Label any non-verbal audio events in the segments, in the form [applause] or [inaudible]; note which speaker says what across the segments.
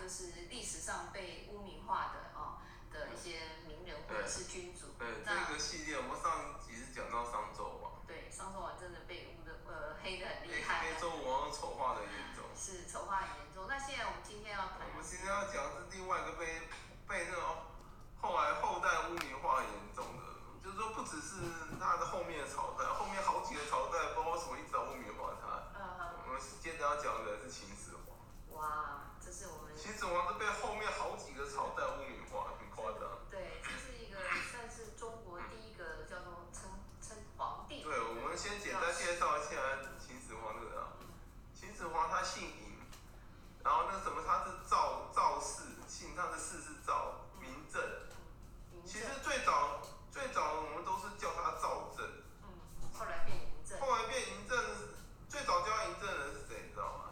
Speaker 1: 就是历史上被污名化的哦的一些名人或者是君主。
Speaker 2: 对
Speaker 1: 那
Speaker 2: 这个系列，我们上一集是讲到商纣王，
Speaker 1: 对，商纣王真的被污的呃黑的很厉
Speaker 2: 黑
Speaker 1: 害
Speaker 2: 黑，纣王丑化的严重。
Speaker 1: 是丑化很严重。那现在我们今天要谈
Speaker 2: 我们今天要讲的是另外一个被被那种后来后代污名化严重的，就是说不只是他的后面的朝代，后面好几个朝代，不知道为什么一直在污名化他。
Speaker 1: 呃
Speaker 2: 我们接着要讲的是秦始皇，
Speaker 1: 哇，这是我们
Speaker 2: 秦始皇是被后面好几个朝代污名化，很夸张。
Speaker 1: 对，这是一个算是中国第一个叫做称称皇帝。
Speaker 2: 对，我们先简单介绍一下秦始皇这个人啊。秦始皇他姓嬴，然后那什么他是赵赵氏，姓他的氏是赵，名政。
Speaker 1: 嬴
Speaker 2: 其实
Speaker 1: 政，
Speaker 2: 最早最早我们都是叫他赵政，
Speaker 1: 嗯，后来变嬴政，
Speaker 2: 后来变嬴政，最早叫他嬴政的人是谁，你知道吗？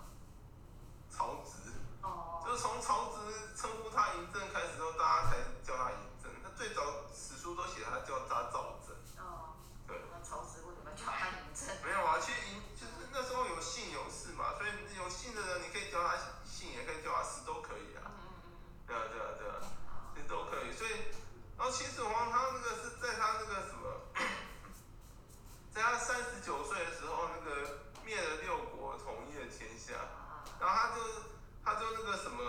Speaker 2: 曹植，
Speaker 1: 哦，
Speaker 2: 就是从曹植称呼他嬴政开始之后，大家才叫他嬴政。他最早史书都写他叫他赵政。
Speaker 1: 哦，
Speaker 2: 对
Speaker 1: 那曹植为什么叫他嬴政？
Speaker 2: 没有啊，其实赢就是那时候有姓有氏嘛，所以有姓的人你可以叫他姓，也可以叫他氏，都可以
Speaker 1: 嗯
Speaker 2: 啊。
Speaker 1: 嗯
Speaker 2: 对啊，对啊，对啊，
Speaker 1: 嗯，好，
Speaker 2: 其实都可以。所以，然后秦始皇他那个是在他那个什么，在他三十九岁的时候，那个灭了六国，统一了天下。
Speaker 1: 啊，
Speaker 2: 然后他就他就那个什么，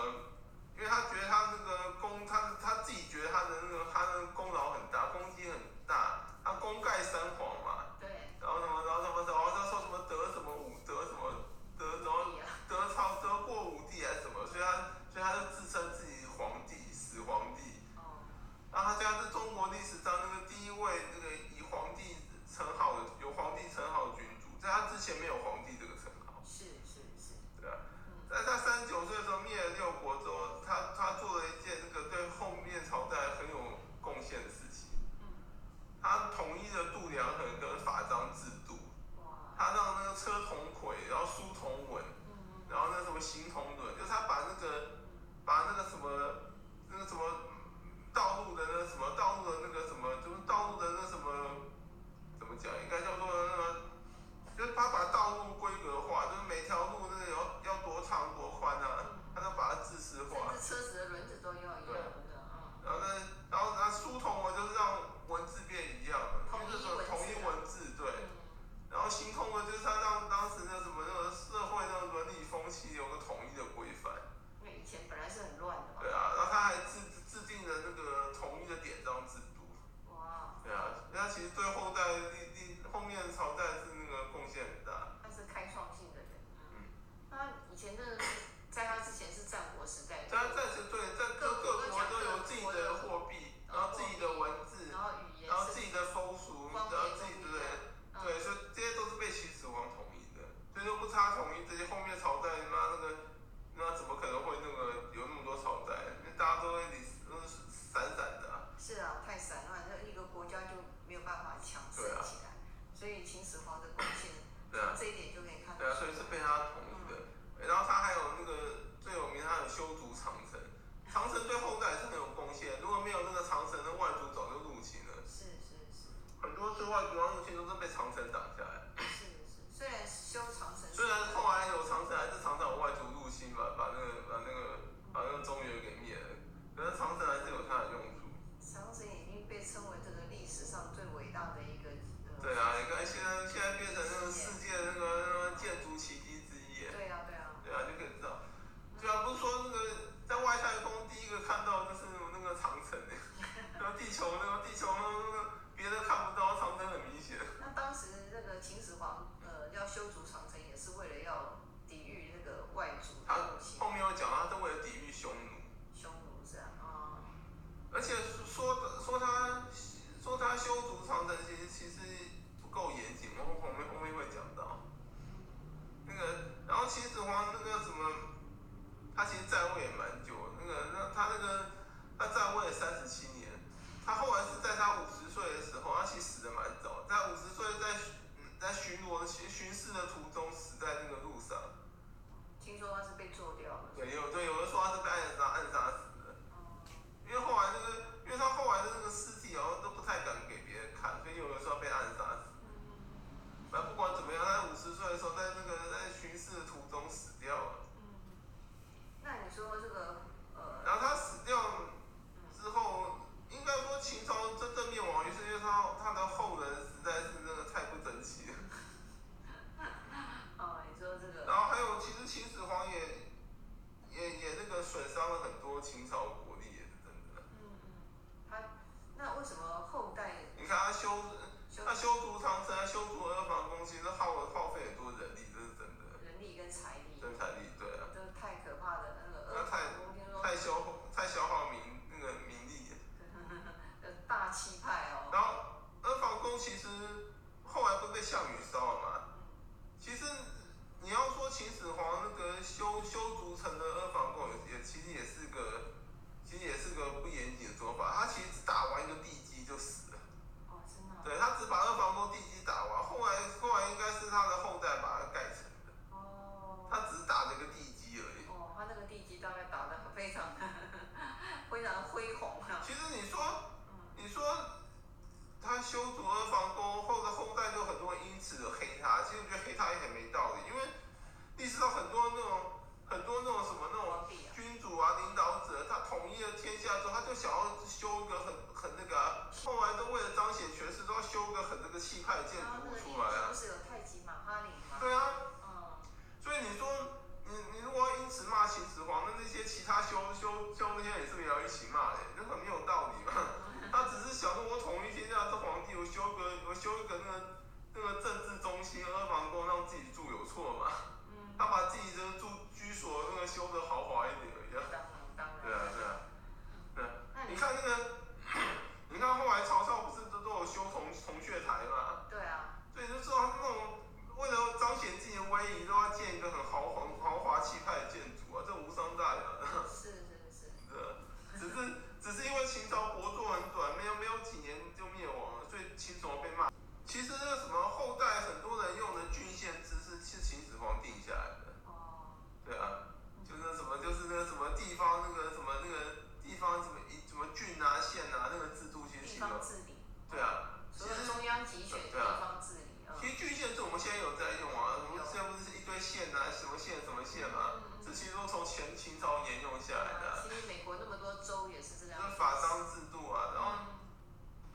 Speaker 2: 因为他觉得他那个功，他他自己觉得他的那个他的功劳很大，功绩很大，他功盖三皇嘛。
Speaker 1: 对，
Speaker 2: 然后什么，然后什么，然后他说什么得什么武，得什么得，呃然后
Speaker 1: 帝啊，
Speaker 2: 得朝得过武帝还是什么，所以他所以他就自称自己皇帝，始皇帝。
Speaker 1: 哦，
Speaker 2: 然后他家是中国历史上那个第一位那个以皇帝称号的，有皇帝称号的君主，在他之前没有皇帝这个称号，
Speaker 1: 是是是，
Speaker 2: 对啊。
Speaker 1: 嗯，
Speaker 2: 在他三十九岁的时候灭了六国之后，他他做了一件那个对后面朝代很有贡献的事情，
Speaker 1: 嗯，
Speaker 2: 他统一了度量衡跟法章制度。
Speaker 1: 哇，
Speaker 2: 他让那个车同轨，然后书同文，
Speaker 1: 嗯嗯
Speaker 2: 然后那什么行同伦，就是他把那个把那个什么那个什么道路的那什么道路的那个什么，就是道路的那什么怎么讲，应该叫做那个，就是他把道路规格化，就是每条路那个要要多长多宽啊，他就把它制式
Speaker 1: 嗯，
Speaker 2: 化
Speaker 1: 甚。至车子的轮子都要一样的，嗯，
Speaker 2: 然后呢，然后然后书同文就是让文字变一样，
Speaker 1: 统一
Speaker 2: 就是说
Speaker 1: 文字
Speaker 2: 统一文字，对。
Speaker 1: 嗯，
Speaker 2: 然后行通的就是他让当时的什么那个社会那个伦理风气有个统一的规范，
Speaker 1: 因为以前本来是很乱的嘛
Speaker 2: 对，啊，然后他还制制定了那个统一的典章制度，
Speaker 1: 哇，
Speaker 2: 对啊，那其实对后代历历后面的朝代是那个贡献很大，
Speaker 1: 他是开创性的人，嗯
Speaker 2: 嗯，
Speaker 1: 他以前真的是在他之前是战国时代的，
Speaker 2: 但在这对在各各国都有自己的货币，然后自己的文字，
Speaker 1: 然后语言
Speaker 2: 然后
Speaker 1: 是
Speaker 2: 自己的风俗，然
Speaker 1: 方面
Speaker 2: 后自
Speaker 1: 都
Speaker 2: 己
Speaker 1: 不
Speaker 2: 的
Speaker 1: 一样，嗯
Speaker 2: 对，所以这些都是被秦始皇统一的，所以说不差统一这些后面朝代，那那个那怎么可能会那个有那么多朝代？那大家都会理都是散散的、啊，
Speaker 1: 是啊，太散乱，那一个国家就没有办法强盛
Speaker 2: 对啊
Speaker 1: 起来。所以秦始皇的贡献，
Speaker 2: 对啊，
Speaker 1: 这一点就可以看得
Speaker 2: 对啊，
Speaker 1: 出
Speaker 2: 所以是
Speaker 1: 来。
Speaker 2: 被他统一的。然后他还有那个最有名，他有修筑长城，长城对后代是很有贡献，如果没有那个长城，那外族早就入侵了，
Speaker 1: 是是是
Speaker 2: 很多是外族要入侵都是被长城挡下来。
Speaker 1: 是是，虽然修长城，
Speaker 2: 虽然啊后来有长城，还是常常有外族入侵吧，把那个把那个把那个中原给灭了，可是长城还是有它的用处。
Speaker 1: 长城已经被称为这个历史上最伟大的一个呃，
Speaker 2: 对啊，你看现在现在变成那个世界那个那个建筑奇迹之一耶。
Speaker 1: 对啊对啊，
Speaker 2: 对啊，就可以知道。对啊，不是说那个在外太空第一个看到就是那个长城耶， [laughs] 然后地球那个地球那个别的看不到，长城很明显。
Speaker 1: 那当时那个秦始皇呃要修筑长城，也是为了要抵御那个外族
Speaker 2: 他
Speaker 1: 的入侵，
Speaker 2: 后面有讲到，它是为了抵御匈奴。
Speaker 1: 匈奴是啊，哦，
Speaker 2: 而且说说他说他修筑长城，其实其实不够严谨，我后后面后面会讲到。那个，然后秦始皇那个什么，他其实在位也蛮久，那个那他那个他在位三十七年，他后来是在他五十岁的时候，他其实死的蛮早，在五十岁在巡嗯在巡逻巡巡视的途中死在那个路上。
Speaker 1: 听说他是被做掉了，
Speaker 2: 对，有对有人说他是被暗杀暗杀死的。
Speaker 1: 哦，
Speaker 2: 因为后来那个，因为他后来的那个尸体哦都不太敢给别人看，所以有人说他被暗杀死。
Speaker 1: 嗯
Speaker 2: 反正不管怎么样，他五十岁的时候在那个在巡视的途中死掉了。
Speaker 1: 嗯，那你说这个
Speaker 2: 呃
Speaker 1: 哦
Speaker 2: 啊
Speaker 1: [laughs] 呃哦
Speaker 2: [laughs] 呃
Speaker 1: 哦哦啊嗯啊
Speaker 2: 啊想要修一个很很那个啊、后来都为了彰显权势，都要修一个很那个气派的建
Speaker 1: 然后
Speaker 2: 筑
Speaker 1: 那个
Speaker 2: 物出
Speaker 1: 印
Speaker 2: 来
Speaker 1: 度
Speaker 2: 啊
Speaker 1: 不。是有太极马哈陵吗？
Speaker 2: 对啊，
Speaker 1: 嗯，
Speaker 2: 所以你说你你如果要因此骂秦始皇，那那些其他修修修那些人也是没有一起骂的，这很没有道理嘛。他只是想说，我统一天下这皇帝，我修个我修一个那个那个政治中心阿房宫让自己住有错吗？
Speaker 1: 嗯，
Speaker 2: 他把自己的住居所那个修的豪华一点而已啊。
Speaker 1: 当然当然。
Speaker 2: 对啊对啊，对啊。
Speaker 1: 那
Speaker 2: 你
Speaker 1: 你
Speaker 2: 看那个， [coughs] 你看后来曹操不是都都有修铜铜雀台嘛？
Speaker 1: 对啊，
Speaker 2: 所以就知道他那种为了彰显自己的威仪，都要建一个很豪华、豪华气派的建筑啊，这无伤大雅的。 [laughs]
Speaker 1: 是是是，
Speaker 2: 只是只是因为秦朝国祚很短，没有没有几年就灭亡了，所以秦始皇被骂。其实那个什么后代很多人用的郡县制是是秦始皇定下来的，
Speaker 1: 哦，
Speaker 2: 对啊，就那什么就是那个什么地方那个什么那个地方什么一什么郡啊县啊那个制度其
Speaker 1: 地
Speaker 2: 实是有
Speaker 1: 方，治理，
Speaker 2: 对啊，其
Speaker 1: 所
Speaker 2: 实
Speaker 1: 有中央集权地
Speaker 2: 对啊
Speaker 1: 方治理，嗯
Speaker 2: 其实郡县制我们现在有在用啊，我们现在不是一堆县啊，什么县什么县嘛，
Speaker 1: 嗯
Speaker 2: 这其实都从前秦朝沿用下来的啊，
Speaker 1: 其实美国那么多州也是这样
Speaker 2: 跟。法章制度啊，然后
Speaker 1: 嗯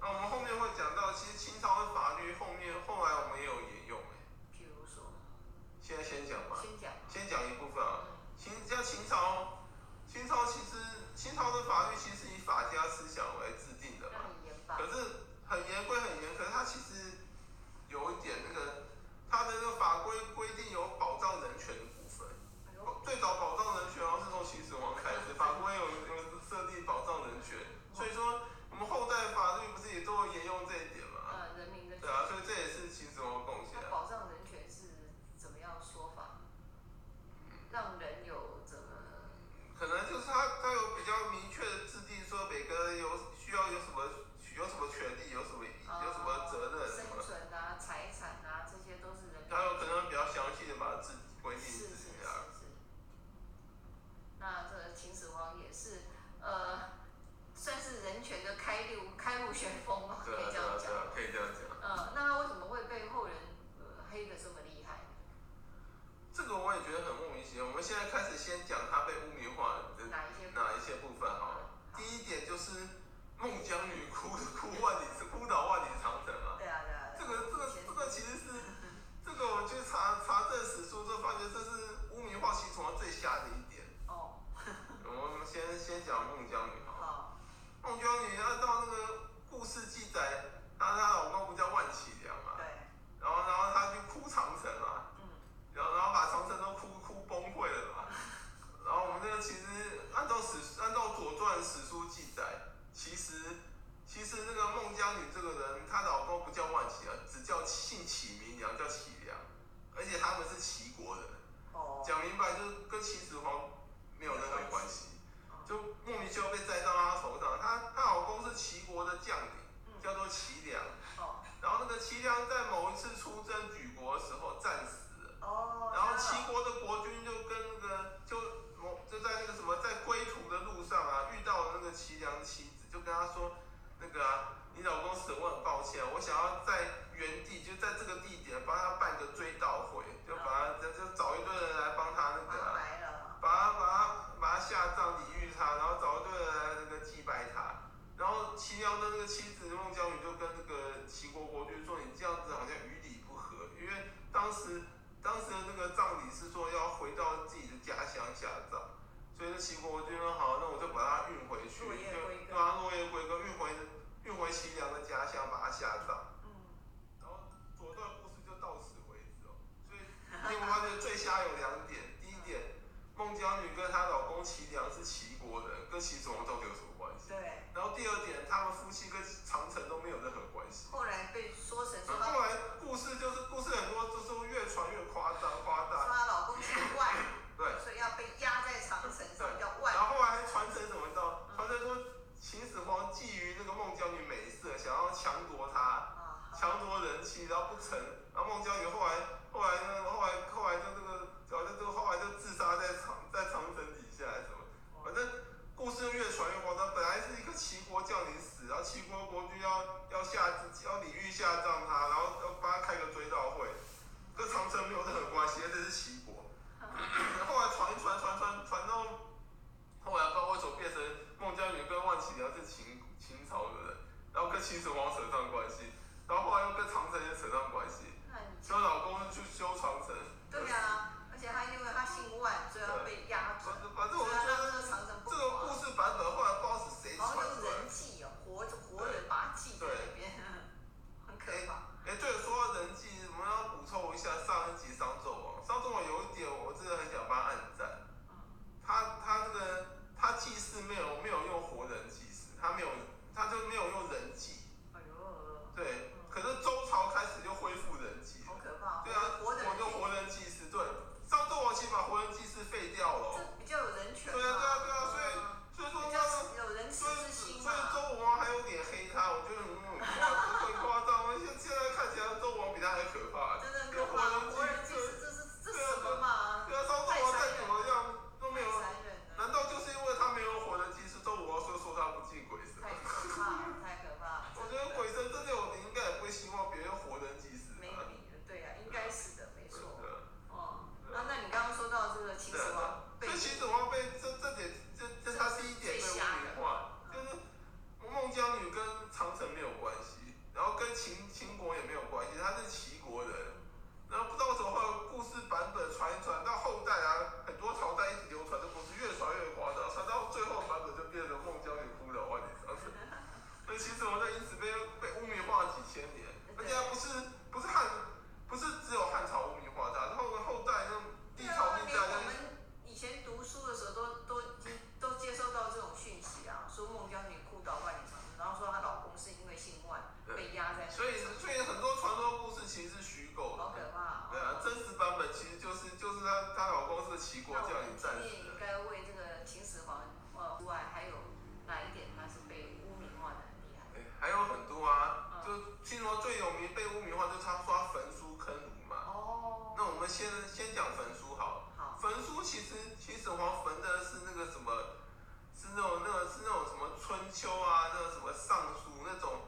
Speaker 2: 那我们后面会讲到，其实秦朝的法律后面后来我们也有沿用哎、
Speaker 1: 比如说，
Speaker 2: 现在先讲吧，
Speaker 1: 先讲，
Speaker 2: 先讲一部分啊。
Speaker 1: 嗯
Speaker 2: 秦叫秦朝，秦朝其实秦朝的法律其实以法家思想为制定的嘛。
Speaker 1: 让嗯你研吧
Speaker 2: 可，是很严归很严，可是它其实有一点那个，它的那个法规规定有保障人权的部分。
Speaker 1: 哎呦，
Speaker 2: 最早保障人权好像是从秦始皇开始，法规有有设定保障人权，所以说我们后代法律不是也都有沿用这一点嘛？
Speaker 1: 呃，人民的
Speaker 2: 对啊，所以这也是秦始皇的贡献
Speaker 1: 那
Speaker 2: 啊。
Speaker 1: 保障人权是怎么样说法？让人有怎么？
Speaker 2: 可能就是他他有比较明确的制定说每个人有需要有什么有什么权利，有什么有什么责任
Speaker 1: 呃
Speaker 2: 什
Speaker 1: 生
Speaker 2: 么，
Speaker 1: 存啊、财产啊，这些都是人民
Speaker 2: 他有可能比较详细的把它制规定
Speaker 1: 是是
Speaker 2: 制
Speaker 1: 是
Speaker 2: 定
Speaker 1: 是
Speaker 2: 下来。。
Speaker 1: 那这个秦始皇也是呃，算是人权的开路开路旋风吧，可
Speaker 2: 对啊
Speaker 1: 以这
Speaker 2: 对啊
Speaker 1: 样
Speaker 2: 对
Speaker 1: 讲。
Speaker 2: 啊，可以这样讲。
Speaker 1: 呃，那他为什么会被后人呃黑的这么厉害？
Speaker 2: 这个我也觉得很莫名其妙。我们现在开始先讲他被污名化的
Speaker 1: 哪一些部分？
Speaker 2: 哪一些部分好了。第一点就是孟姜女哭哭万里哭倒万里长城啊，
Speaker 1: 对啊对啊。
Speaker 2: 这个这个这个其实是这个我去查查证史书，就发觉这是污名化秦始皇最瞎的一点。
Speaker 1: 哦，
Speaker 2: 我们先先讲孟姜女好了，
Speaker 1: 好，
Speaker 2: 孟姜女按照那个故事记载，她她老公不叫万绮良嘛，
Speaker 1: 对，
Speaker 2: 然后然后她去哭长城嘛，
Speaker 1: 嗯，
Speaker 2: 然后然后把长城都哭哭崩溃了嘛。然后我们这个其实按照史按照《左传》史书记载，其实其实那个孟姜女这个人，她老公不叫万绮良，只叫姓启名良，叫启良，而且他们是齐国人。
Speaker 1: 哦，
Speaker 2: 讲明白就是跟秦始皇没有任何关系，
Speaker 1: 嗯
Speaker 2: 就莫名其妙被栽到他头上。她她老公是齐国的将领，叫做齐良。
Speaker 1: 哦
Speaker 2: 然后那个齐良在某一次出征举国的时候战死了。
Speaker 1: 哦，
Speaker 2: 然后
Speaker 1: 知道
Speaker 2: 齐国的国君就跟那个就某就在那个什么在归途的路上啊，遇到了那个齐良的妻子，就跟他说，那个、啊、你老公死了，我很抱歉，啊我想要在原地就在这个地点帮他办个追悼会，就把他就就找一堆人来帮他那个
Speaker 1: 马
Speaker 2: 啊、
Speaker 1: 来了，
Speaker 2: 把他把他把他下葬礼遇他，然后找一堆人来那个祭拜他。然后齐良的那个妻子孟姜女就跟那个齐国国君说：“你这样子好像于理不合，因为当时当时的那个葬礼是说要回到自己的家乡下葬，所以那齐国国君说好，那我就把它运回去，
Speaker 1: 落叶归根
Speaker 2: 就把它落叶归根，运回运回齐良的家乡，把它下葬。
Speaker 1: 嗯，
Speaker 2: 然后左段故事就到此为止哦。所以你我发觉最瞎有两点，第一点，孟姜女跟她老公齐良是齐国人，跟秦始皇到底有什么关系？
Speaker 1: 对。
Speaker 2: 然后第二点，他们夫妻跟长城都没有任何关系。
Speaker 1: 后来被说成说
Speaker 2: 后
Speaker 1: 她说
Speaker 2: 来故事就是故事很多，就是越传越夸张夸大，
Speaker 1: 她老公姓万，
Speaker 2: 对。
Speaker 1: 所以要被压在长城上叫万
Speaker 2: 然。后后来还传承什么到传承说秦始皇觊觎那个孟姜女美色，想要强夺她。
Speaker 1: 啊，
Speaker 2: 强夺人气，然后不成，然后孟姜女后来后来呢，后来后来就这个，好像就后来就自杀在长在长城底下还是什么，反正故事越传越夸张。本来是一个齐国将领死，然后齐国国君要要下要礼遇下葬他，然后要帮他开个追悼会，跟长城没有任何关系，这是齐国。后来传一传传传传到后来，不知道为什么变成孟姜女跟万绮良是秦始皇扯上关系，然后后来又跟长城也扯上关系，
Speaker 1: 那你
Speaker 2: 所以老公就去修长城。
Speaker 1: 对啊，而且他因为他姓万，所以要被压
Speaker 2: 反
Speaker 1: 住，
Speaker 2: 正反正
Speaker 1: 所
Speaker 2: 我
Speaker 1: 以
Speaker 2: 就
Speaker 1: 要
Speaker 2: 觉
Speaker 1: 让
Speaker 2: 得
Speaker 1: 这个长城不
Speaker 2: 这个故
Speaker 1: 垮。
Speaker 2: 事版本后来不知道是谁
Speaker 1: 然
Speaker 2: 传
Speaker 1: 后用
Speaker 2: 出来
Speaker 1: 人。
Speaker 2: 的
Speaker 1: 祭哦，活着活人把他祭在里边，很可怕。
Speaker 2: 哎，对，说到人际，我们要补充一下上一集商纣王。商纣王有一点，我真的很想帮他暗赞。
Speaker 1: 嗯
Speaker 2: 他他这个他祭祀没有没有用活人祭祀，他没有他就没有用人祭。
Speaker 1: 哎呦，
Speaker 2: 对，可是周朝开始就恢复人祭
Speaker 1: 好
Speaker 2: 了。
Speaker 1: 可怕！
Speaker 2: 对啊，
Speaker 1: 哦活
Speaker 2: 我
Speaker 1: 着
Speaker 2: 就活人祭祀。对，商纣王其实把活人祭祀废掉了哦。
Speaker 1: 这比较有人权嘛。
Speaker 2: 对啊对啊对啊所以所以说
Speaker 1: 比
Speaker 2: 他们。
Speaker 1: 较有人耻
Speaker 2: 所以
Speaker 1: 之心
Speaker 2: 所以
Speaker 1: 嘛。
Speaker 2: 周武王还有点黑他，我觉得很很夸很夸张。现现在看起来周武王比他还可怕。
Speaker 1: 真的很可怕，活人祭祀这是这是什么嘛？
Speaker 2: 对啊，商纣王再怎么样都没
Speaker 1: 太
Speaker 2: 有，
Speaker 1: 残忍了，
Speaker 2: 难道就是因为他没有火人祭祀，周武王说说他不敬鬼神？
Speaker 1: 太可怕了，太可怕了。
Speaker 2: 我觉得鬼神这种你应该也不会希望别人活人祭祀啊
Speaker 1: 没
Speaker 2: 吧？
Speaker 1: 理的，对呀，应该是的，没错。
Speaker 2: 对
Speaker 1: 哦，啊，那你刚刚说到这个秦始皇被
Speaker 2: 所以秦始皇被这这点这这他第一点被污名化，就是孟姜女跟长城没有关系，然后跟秦秦国也没有关系，他是齐国人。然后不知道怎么后故事版本传一传到后代啊，很多朝代一直流传这故事，越传越夸张，传到最后版本就变成孟姜女哭了万年长城。所以秦始皇就因此被被污名化几千年，而且还不是不是汉不是只有汉朝污名化他，然后后代那种
Speaker 1: 对
Speaker 2: 历
Speaker 1: 啊
Speaker 2: 朝，历
Speaker 1: 连
Speaker 2: 代
Speaker 1: 我
Speaker 2: 都
Speaker 1: 们以前读书的时候都都都接收到这种讯息啊，说孟姜女哭倒万里长城，然后说她老公是因为姓万被压在那，
Speaker 2: 所以所以很多传说故事其实是虚构
Speaker 1: 好
Speaker 2: 的。
Speaker 1: 可怕。哦
Speaker 2: 对啊，真实版本其实就是就是她她老公是齐国
Speaker 1: 那我
Speaker 2: 将
Speaker 1: 们
Speaker 2: 领
Speaker 1: 今天
Speaker 2: 战死
Speaker 1: 应
Speaker 2: 的。
Speaker 1: 该为这个秦始皇呃之外，还有哪一点他是被污名化的很厉害？
Speaker 2: 哎还有很多
Speaker 1: 嗯
Speaker 2: 啊，就听说最有名被污名化就是他说他焚书坑儒嘛。
Speaker 1: 哦，
Speaker 2: 那我们先先讲焚书好了。
Speaker 1: 好，
Speaker 2: 焚书其实秦始皇焚的是那个什么，是那种那个是那种什么春秋啊，那个什么尚书那种，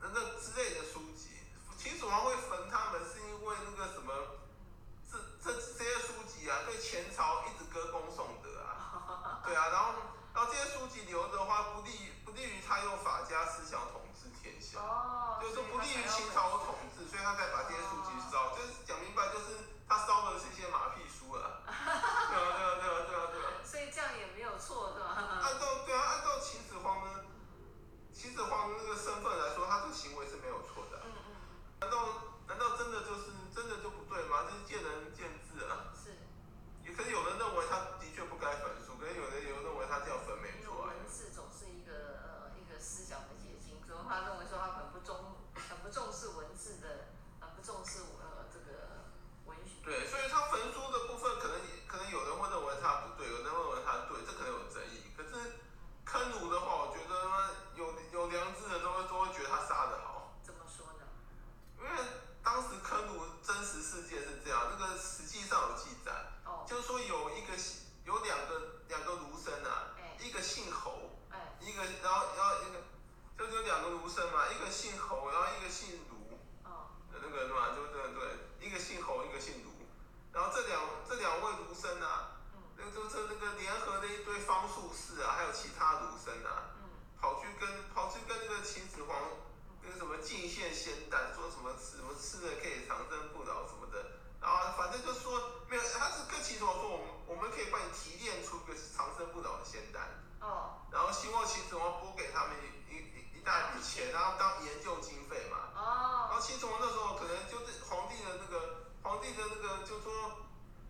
Speaker 2: 那那之类的书籍。秦始皇会焚他们是因为那个什么，这这这些书籍啊，对前朝一直歌功颂德啊，对啊，然后然后这些书籍留着的话，不利于不利于他用法家思想统治天下。
Speaker 1: 哦，
Speaker 2: 就是
Speaker 1: 所以
Speaker 2: 不
Speaker 1: 他
Speaker 2: 利
Speaker 1: 才
Speaker 2: 于
Speaker 1: 要
Speaker 2: 清
Speaker 1: 焚
Speaker 2: 朝统治，所以他才把这些书籍烧。就是讲明白，就是他烧的是一些马屁书啊。对啊，对啊，对啊，对啊，对啊。
Speaker 1: 所以这样也没有错，是吧？
Speaker 2: 按照对啊，按照秦始皇的秦始皇那个身份来说，他这个行为是没有错的啊。
Speaker 1: 嗯嗯
Speaker 2: 难道难道真的就是真的就不对吗？这是见仁见智啊。
Speaker 1: 嗯，是，
Speaker 2: 也可是有人认为他的确不该焚书，可是有人也认为他这样焚没
Speaker 1: 因为
Speaker 2: 错啊。
Speaker 1: 文字总是一个呃一个思想的结晶，所以他认为说他很不重很不重视文字的，很不重视呃这个文学，
Speaker 2: 对，所以他焚书的部分，可能也可能有人会认为他不对，有人会认为他对，这可能有争议。可是坑儒的话，我觉得他妈有有良知的都会都会觉得他杀的好，
Speaker 1: 怎么说呢？
Speaker 2: 因为当时坑儒真实事件是这样，那个实际上有记载，
Speaker 1: 哦，
Speaker 2: 就是说有一个有两个两个儒生啊，
Speaker 1: 哎
Speaker 2: 一个姓侯，
Speaker 1: 哎，
Speaker 2: 一个然后然后一个就是有两个儒生嘛，一个姓侯，然后一个姓卢。
Speaker 1: 哦，
Speaker 2: 那个人嘛，就对对，一个姓侯，一个姓卢，然后这两这两位儒生啊，
Speaker 1: 嗯
Speaker 2: 那个就是那个联合的一堆方术士啊，还有其他儒生啊，
Speaker 1: 嗯，
Speaker 2: 跑去跟跑去跟那个秦始皇那个什么进献仙丹，说什么吃什么吃的可以长生不老什么的，然后反正就说没有，他是跟秦始皇说，我们我们可以帮你提炼出一个长生不老的仙丹，
Speaker 1: 哦
Speaker 2: 然后希望秦始皇拨给他们一一一一大笔钱，然后当研究经费嘛。然
Speaker 1: 哦，
Speaker 2: 后秦始皇那时候可能就是皇帝的那个皇帝的那个，就说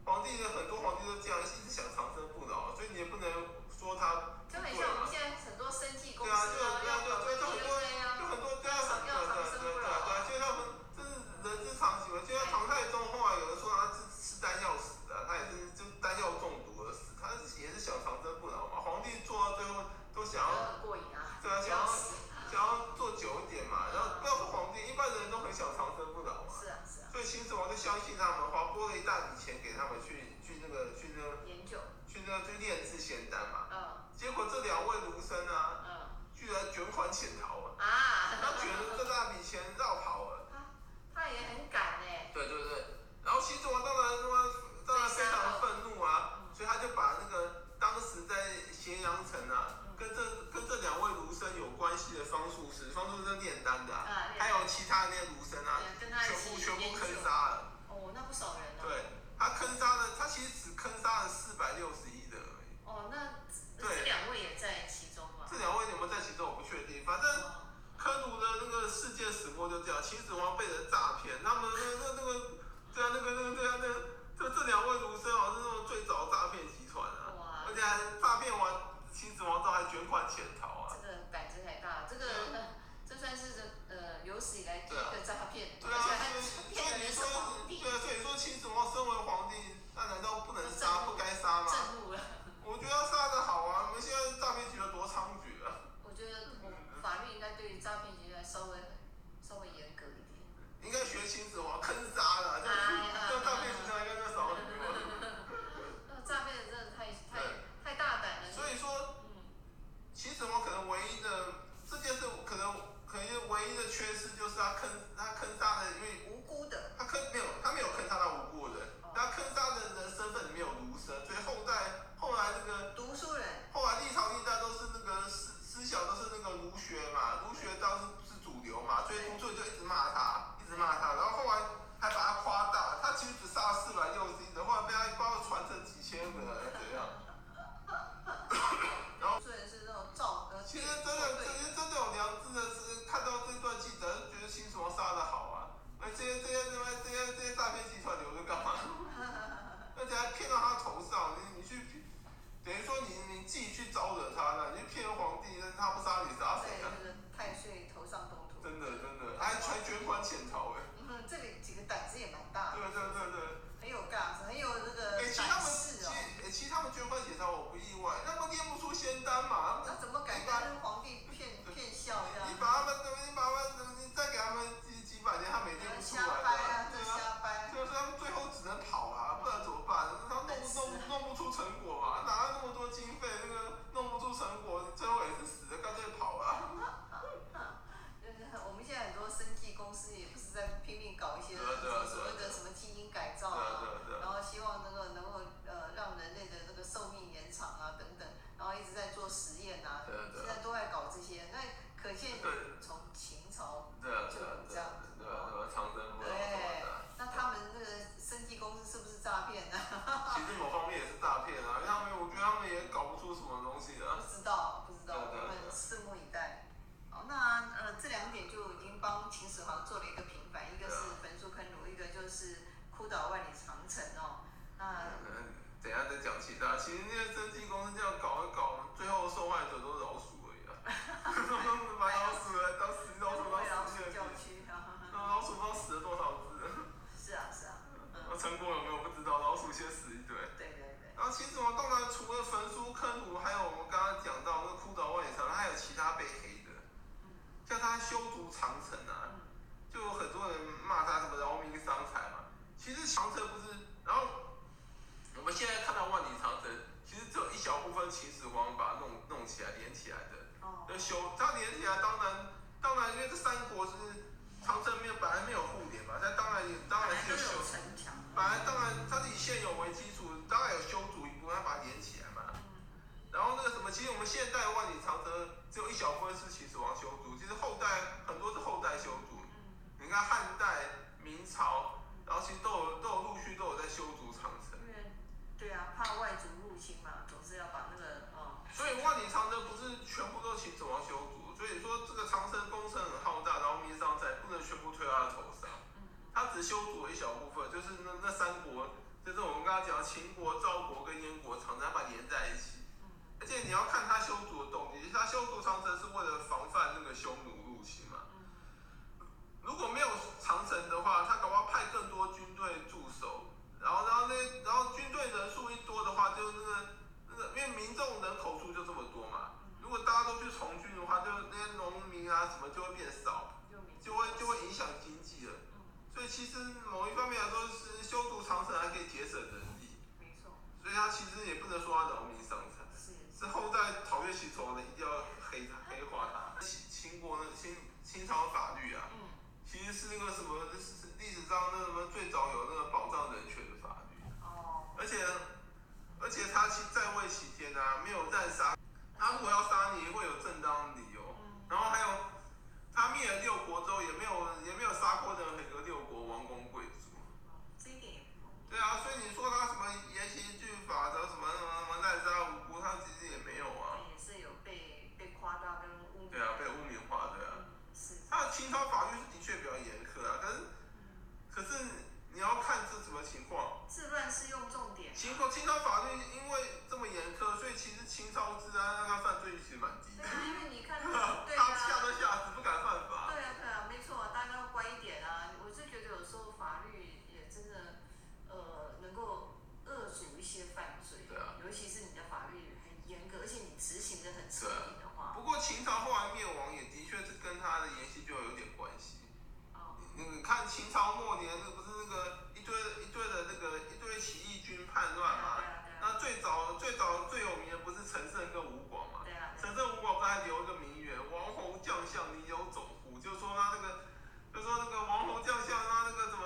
Speaker 2: 皇帝的很多皇帝都这样，一直想长生不老，所以你也不能说他
Speaker 1: 就很像我们现在很多生技公
Speaker 2: 对
Speaker 1: 司
Speaker 2: 啊，对啊
Speaker 1: 啊，，
Speaker 2: 对
Speaker 1: 要，
Speaker 2: 啊对啊，
Speaker 1: 搞
Speaker 2: 对啊，就
Speaker 1: 这
Speaker 2: 很
Speaker 1: 个那样，
Speaker 2: 多就很多对啊，很多对啊，对啊，对啊，对啊，所以他们这是人之常情嘛。就像唐太宗后来有人说他是吃丹药死的，他也是就丹药中毒而死，他也是想长生不老嘛。皇帝做到最后都想要
Speaker 1: 很过瘾啊，
Speaker 2: 对啊，想
Speaker 1: 要
Speaker 2: 要
Speaker 1: 死，
Speaker 2: 想要做久一点嘛，然后不要说皇帝，一般人都很想长生不老嘛。
Speaker 1: 是啊是啊，
Speaker 2: 所以秦始皇就相信他们，花拨了一大笔钱给他们去去那个去那个
Speaker 1: 研究，
Speaker 2: 去那个去炼制仙丹嘛。
Speaker 1: 嗯
Speaker 2: 结果这两位儒生啊，
Speaker 1: 嗯
Speaker 2: 居然卷款潜逃了，
Speaker 1: 啊，
Speaker 2: 他卷了这大笔钱绕跑了。
Speaker 1: 他 [laughs] 他也很敢哎。
Speaker 2: 对对对，然后秦始皇当然他妈当然非常
Speaker 1: 嗯
Speaker 2: 愤怒啊，所以他就把那个当时在咸阳城啊，跟这跟这两讲为儒生有关系的方术师，方术师炼丹的、啊，
Speaker 1: 啊，
Speaker 2: 还有其他的那些儒生啊，
Speaker 1: 跟他一
Speaker 2: 全
Speaker 1: 起
Speaker 2: 部全部
Speaker 1: 研
Speaker 2: 坑
Speaker 1: 究，
Speaker 2: 杀了。
Speaker 1: 哦，那不少人啊，
Speaker 2: 对，他坑杀了，他其实只坑杀了四百六十一人而已。
Speaker 1: 哦，那这
Speaker 2: 对
Speaker 1: 这两位也在其中嘛，
Speaker 2: 这两位有没有在其中我不确定，反正
Speaker 1: 哦
Speaker 2: 科奴的那个世界始末就这样，秦始皇被人诈骗，他们那那那个对啊，那个那个对啊，那个这这两位儒生好像是那种最早诈骗集团啊，
Speaker 1: 哇
Speaker 2: [laughs] 而，且还诈骗完秦始皇之后还卷款潜逃啊。
Speaker 1: 这个胆子太大，了，这个 [laughs] 这算是呃有史以来第一
Speaker 2: 对啊
Speaker 1: 个诈骗，
Speaker 2: 对
Speaker 1: 而
Speaker 2: 啊，所以
Speaker 1: 且还
Speaker 2: 所
Speaker 1: 骗
Speaker 2: 以
Speaker 1: 的
Speaker 2: 你
Speaker 1: 人是
Speaker 2: 说
Speaker 1: 皇帝
Speaker 2: 对，啊，所以说秦始皇身为皇帝，那难道不能杀不该杀吗？
Speaker 1: 震怒了。
Speaker 2: 我觉得要杀的好啊！你们现在诈骗集团多猖獗啊！
Speaker 1: 我觉得我法律应该对于诈骗集团稍微稍微严格一点。
Speaker 2: 应该学秦始皇坑杀了，这样这样诈骗集团应该就少很多。
Speaker 1: 那诈骗真的太太太大胆了。
Speaker 2: 所以说，
Speaker 1: 嗯，
Speaker 2: 秦始皇可能唯一的这件事，可能可能唯一的缺失就是他坑他坑杀的，因为
Speaker 1: 无辜的
Speaker 2: 他坑没有他没有坑杀到无辜的人，他坑杀的人身份里面有儒生，所以后代后来那个
Speaker 1: 读书人，
Speaker 2: 后来历朝历代都是那个思思想都是那个儒学嘛，儒学当时是主流嘛，所以读者就一直骂他，一直骂他，然后后来还把他夸大，他其实只杀了四百六十一人，后来被他一包传成几千人，怎样？
Speaker 1: 读书人是那种造呃
Speaker 2: 其实真的，这些真的有良知的是看到这段记者，就觉得秦始皇杀的好啊，那这些这些他妈这些这些诈骗集团留着干嘛？ [laughs] 而且还骗到他头上，你你去，等于说你你自己去招惹他了，你去骗皇帝，那他不杀你杀谁
Speaker 1: 对
Speaker 2: 啊？
Speaker 1: 那个太岁头上动土。
Speaker 2: 真的真的，还全卷款潜逃哎、
Speaker 1: 嗯，这里几个胆子也蛮大
Speaker 2: 对
Speaker 1: 的，
Speaker 2: 对对对，
Speaker 1: 很有 guts，很有这个
Speaker 2: 哎、其实他
Speaker 1: 胆
Speaker 2: 们
Speaker 1: 识
Speaker 2: 其
Speaker 1: 哦。
Speaker 2: 哎其实他们卷款潜逃我不意外，他们念不出仙丹嘛，
Speaker 1: 那怎么敢跟皇帝骗骗笑这样
Speaker 2: 你？把他们，你把他们，你再给他们几几百年，他每天不出来
Speaker 1: 瞎掰啊，
Speaker 2: 对
Speaker 1: 这瞎
Speaker 2: 啊，
Speaker 1: 掰。
Speaker 2: 就是他们最后只能跑啊，不然怎么办？他弄不弄弄不出成果嘛，哪来那么多经费？那个弄不出成果，最后也是死了，干脆跑啊。
Speaker 1: 就是我们现在很多生技公司也不是在拼命搞一些
Speaker 2: 对啊对啊
Speaker 1: 所谓的什么基因改造
Speaker 2: 对啊对
Speaker 1: 啊，
Speaker 2: 啊对啊，
Speaker 1: 然后希望能够能够呃让人类的这个寿命延长啊等等，然后一直在做实验啊，
Speaker 2: 对啊
Speaker 1: 现
Speaker 2: 对啊
Speaker 1: 在都在搞这些。那可见
Speaker 2: 对
Speaker 1: 从秦朝，
Speaker 2: 对啊对啊对啊对啊对啊，长生不老什么的。
Speaker 1: 那他们那个生技公司是不是诈骗啊呢？
Speaker 2: 其实某方面也是诈骗啊，因为他们我觉得他们也搞不出什么东西啊。
Speaker 1: 不知道，不知道，
Speaker 2: 对
Speaker 1: 我
Speaker 2: 对
Speaker 1: 们
Speaker 2: 对
Speaker 1: 拭目以待。好，那呃，这两点就已经帮秦始皇做了一个平反，一个是焚书坑儒，一个就是哭倒万里长城哦。那
Speaker 2: 嗯，等一下再讲其他。其实那些生技公司这样搞一搞，最后受害者都是老鼠而已啊。 [laughs] 把老鼠了，当死老鼠
Speaker 1: 中国
Speaker 2: 当
Speaker 1: 老
Speaker 2: 死
Speaker 1: 鼠
Speaker 2: 去
Speaker 1: 教
Speaker 2: 了，
Speaker 1: 区啊，
Speaker 2: 那 [laughs] 老鼠不知道死了多少只。
Speaker 1: 是啊是啊，
Speaker 2: 那成果有没有不知道，老鼠先死一堆。
Speaker 1: 对对对，
Speaker 2: 然后秦始皇当然除了焚书坑儒，还有我们刚刚讲到那个枯岛万里长城，还有其他被黑的，叫他修筑长城啊，就有很多人骂他什么劳民伤财嘛。其实长城不是，然后我们现在看到万里长城，其实只有一小部分秦始皇把它弄弄起来连起来的。
Speaker 1: 哦，
Speaker 2: 那修它连起来，当然当然因为这三国是长城没有本来没有互联嘛，但当然也当
Speaker 1: 本
Speaker 2: 然
Speaker 1: 来
Speaker 2: 是
Speaker 1: 就
Speaker 2: 有修
Speaker 1: 有。城墙，
Speaker 2: 本来当然它是以现有为基础，当然有修筑一部分，它把它连起来嘛。然后那个什么，其实我们现代万里长城只有一小部分是秦始皇修筑，其实后代很多是后代修筑。你看汉代、明朝，然后其实都有都有陆续都有在修筑长城。
Speaker 1: 因为对啊，怕外族入侵嘛，总是要把那个哦，
Speaker 2: 所以万里长城不是全部都秦始皇修筑，所以说这个长城工程很浩大，然后民商在不能全部推到他的头上，他只修筑了一小部分，就是那那三国，就是我们刚刚讲的秦国、赵国跟燕国，长城把它连在一起。而且你要看他修筑的动机，他修筑长城是为了防范那个匈奴入侵嘛。如果没有长城的话，他搞不好派更多军队驻守，然后然后那然后军队人数一多的话，就那个那个，因为民众人口数就这么多嘛，如果大家都去从军的话，就那些农民啊什么就会变少，
Speaker 1: 就民
Speaker 2: 就会就会影响经济了。所以其实某一方面来说，是修筑长城还可以节省人力，
Speaker 1: 没错，
Speaker 2: 所以他其实也不能说他劳民伤财。
Speaker 1: 是
Speaker 2: 是后代讨厌秦始皇的，一定要黑他黑化他。秦秦国的秦秦朝法律啊，
Speaker 1: 嗯
Speaker 2: 其实是那个什么是是历史上那什么最早有那个保障人权的法律。
Speaker 1: 哦，
Speaker 2: 而且而且他其在位期间呢、啊，没有滥杀，他如果要杀你，会有正当理由。然后还有，他灭了六国之后，也没有也没有杀过任何一个六国王公贵族。
Speaker 1: 这一点也不容易。
Speaker 2: 对啊，所以你说他什么严刑峻法的，什么什么什么滥杀无辜，他其实也没有啊。
Speaker 1: 也是有被被夸大跟污名。
Speaker 2: 对啊，被污名化，对啊。
Speaker 1: 是。
Speaker 2: 他的清朝法律是的确比较严苛啊，但是可是你要看是什么情况。
Speaker 1: 治乱是用重点。
Speaker 2: 清国清朝法律因为这么严苛，所以其实清朝治安那个犯罪率其实蛮低
Speaker 1: 对
Speaker 2: 的，
Speaker 1: 啊，因为你看，对
Speaker 2: [laughs] 他吓
Speaker 1: 啊，
Speaker 2: 都吓死，不敢犯
Speaker 1: 对
Speaker 2: 法。
Speaker 1: 啊，对啊，没错，大家要乖一点啊。我是觉得有时候法律也真的，呃，能够遏阻一些犯罪。
Speaker 2: 对啊。
Speaker 1: 尤其是你的法律很严格，而且你执行的很彻底的话，
Speaker 2: 不过秦朝后来灭亡也的确是跟他的沿袭就有点关系。
Speaker 1: 哦，
Speaker 2: 你你看秦朝末年，那不是那个一堆一堆的那个一堆起义军叛
Speaker 1: 对
Speaker 2: 乱
Speaker 1: 啊，
Speaker 2: 嘛？
Speaker 1: 对啊，对啊，
Speaker 2: 那最早最早最有名的不是陈胜跟吴广嘛？
Speaker 1: 对啊，对啊，
Speaker 2: 陈胜吴广不是还留一个名言“王侯将相，宁有种乎”，就说他那个，就说那个王侯将相，他那个怎么，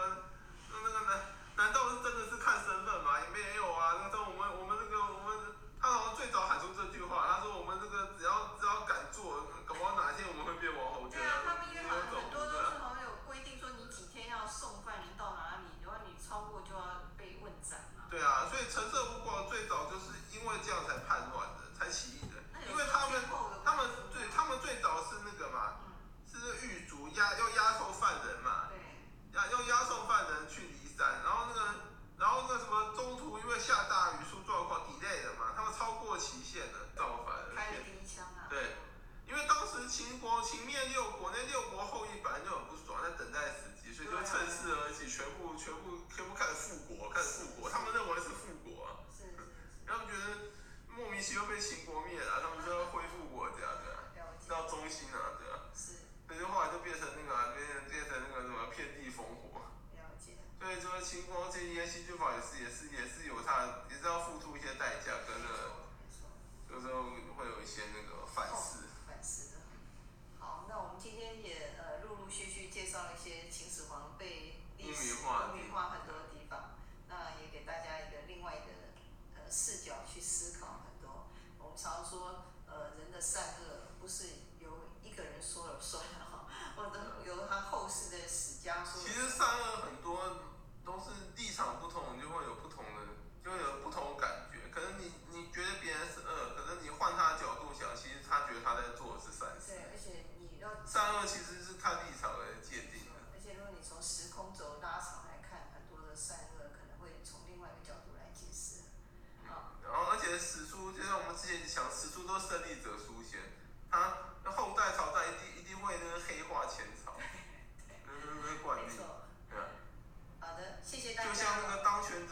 Speaker 2: 那那个难难道是真的是看身份吗？也没有啊。那时候我们我们那个我们，他好像最早喊出这句话，他说我们这个只要只要敢做，搞不好哪一天我们会变王侯将
Speaker 1: 对啊，
Speaker 2: 相，
Speaker 1: 他们约
Speaker 2: 宁
Speaker 1: 好
Speaker 2: 有
Speaker 1: 像很
Speaker 2: 种乎
Speaker 1: 多都
Speaker 2: 对啊
Speaker 1: 是好像有规定说你几天要送饭，你到哪里，然后你超过就要被问斩嘛。
Speaker 2: 对啊，所以陈胜吴广最早就是因为这样才叛乱的，才起义
Speaker 1: 那
Speaker 2: 的，
Speaker 1: 有
Speaker 2: 因为他们
Speaker 1: 先后的
Speaker 2: 他们
Speaker 1: 关系
Speaker 2: 对他们最早是那个嘛，
Speaker 1: 嗯，
Speaker 2: 是狱卒押要押送犯人嘛，
Speaker 1: 对，
Speaker 2: 押要押送犯人去骊山，然后那个然后那什么中途因为下大雨出状况 delay 了嘛，他们超过期限了，造反了。
Speaker 1: 开了第一枪啊。
Speaker 2: 对因为当时秦国秦灭六国，那六国后裔本来就很不爽，在等待时机，所以就趁势而起，全部全部全部开始复国，开始复国，他们认为是复国啊。
Speaker 1: 是是是，
Speaker 2: 他们觉得莫名其妙被秦国灭了，他们就要恢复国家的，
Speaker 1: 了
Speaker 2: 知
Speaker 1: 解。
Speaker 2: 道中心啊，对啊，
Speaker 1: 是
Speaker 2: 所以就后来就变成那个、啊、变成变成那个什么遍地烽火，
Speaker 1: 了解。
Speaker 2: 所以说秦国这些新旧法也是也是也是有它的也是要付出一些代价，跟
Speaker 1: 没
Speaker 2: 那个
Speaker 1: 错没错。
Speaker 2: 有时候会有一些那个反思。
Speaker 1: 反思的。好，那我们今天也呃陆陆续续介绍了一些秦始皇被历史
Speaker 2: 污名化的
Speaker 1: 污名化很多的地方，那也给大家一个另外的呃视角去思考很多。我们常说呃人的善恶不是由一个人说了算哈，或者由他后世的史家说了
Speaker 2: 其
Speaker 1: 算。
Speaker 2: 实善恶很多都是立场不同，就会有不同的，就会有不同的感觉。可能你你觉得别人是恶，可是你换他的角度想，其实他觉得他在做的是善事
Speaker 1: 对。，而且你要
Speaker 2: 善恶其实是看立场来界定的。
Speaker 1: 而且如果你从时空轴拉长来看，很多的善恶呃可能会从另外一个角度来解释。啊，
Speaker 2: 然后，而且史书就像我们之前讲，史书都是胜利者书写，他那后代朝代一定一定会那个黑化前朝，那那那惯
Speaker 1: 没
Speaker 2: 例，
Speaker 1: 错。
Speaker 2: 对啊，
Speaker 1: 好的，谢谢大家。
Speaker 2: 就像那个当权
Speaker 1: 啊哦
Speaker 2: 者啊啊嗯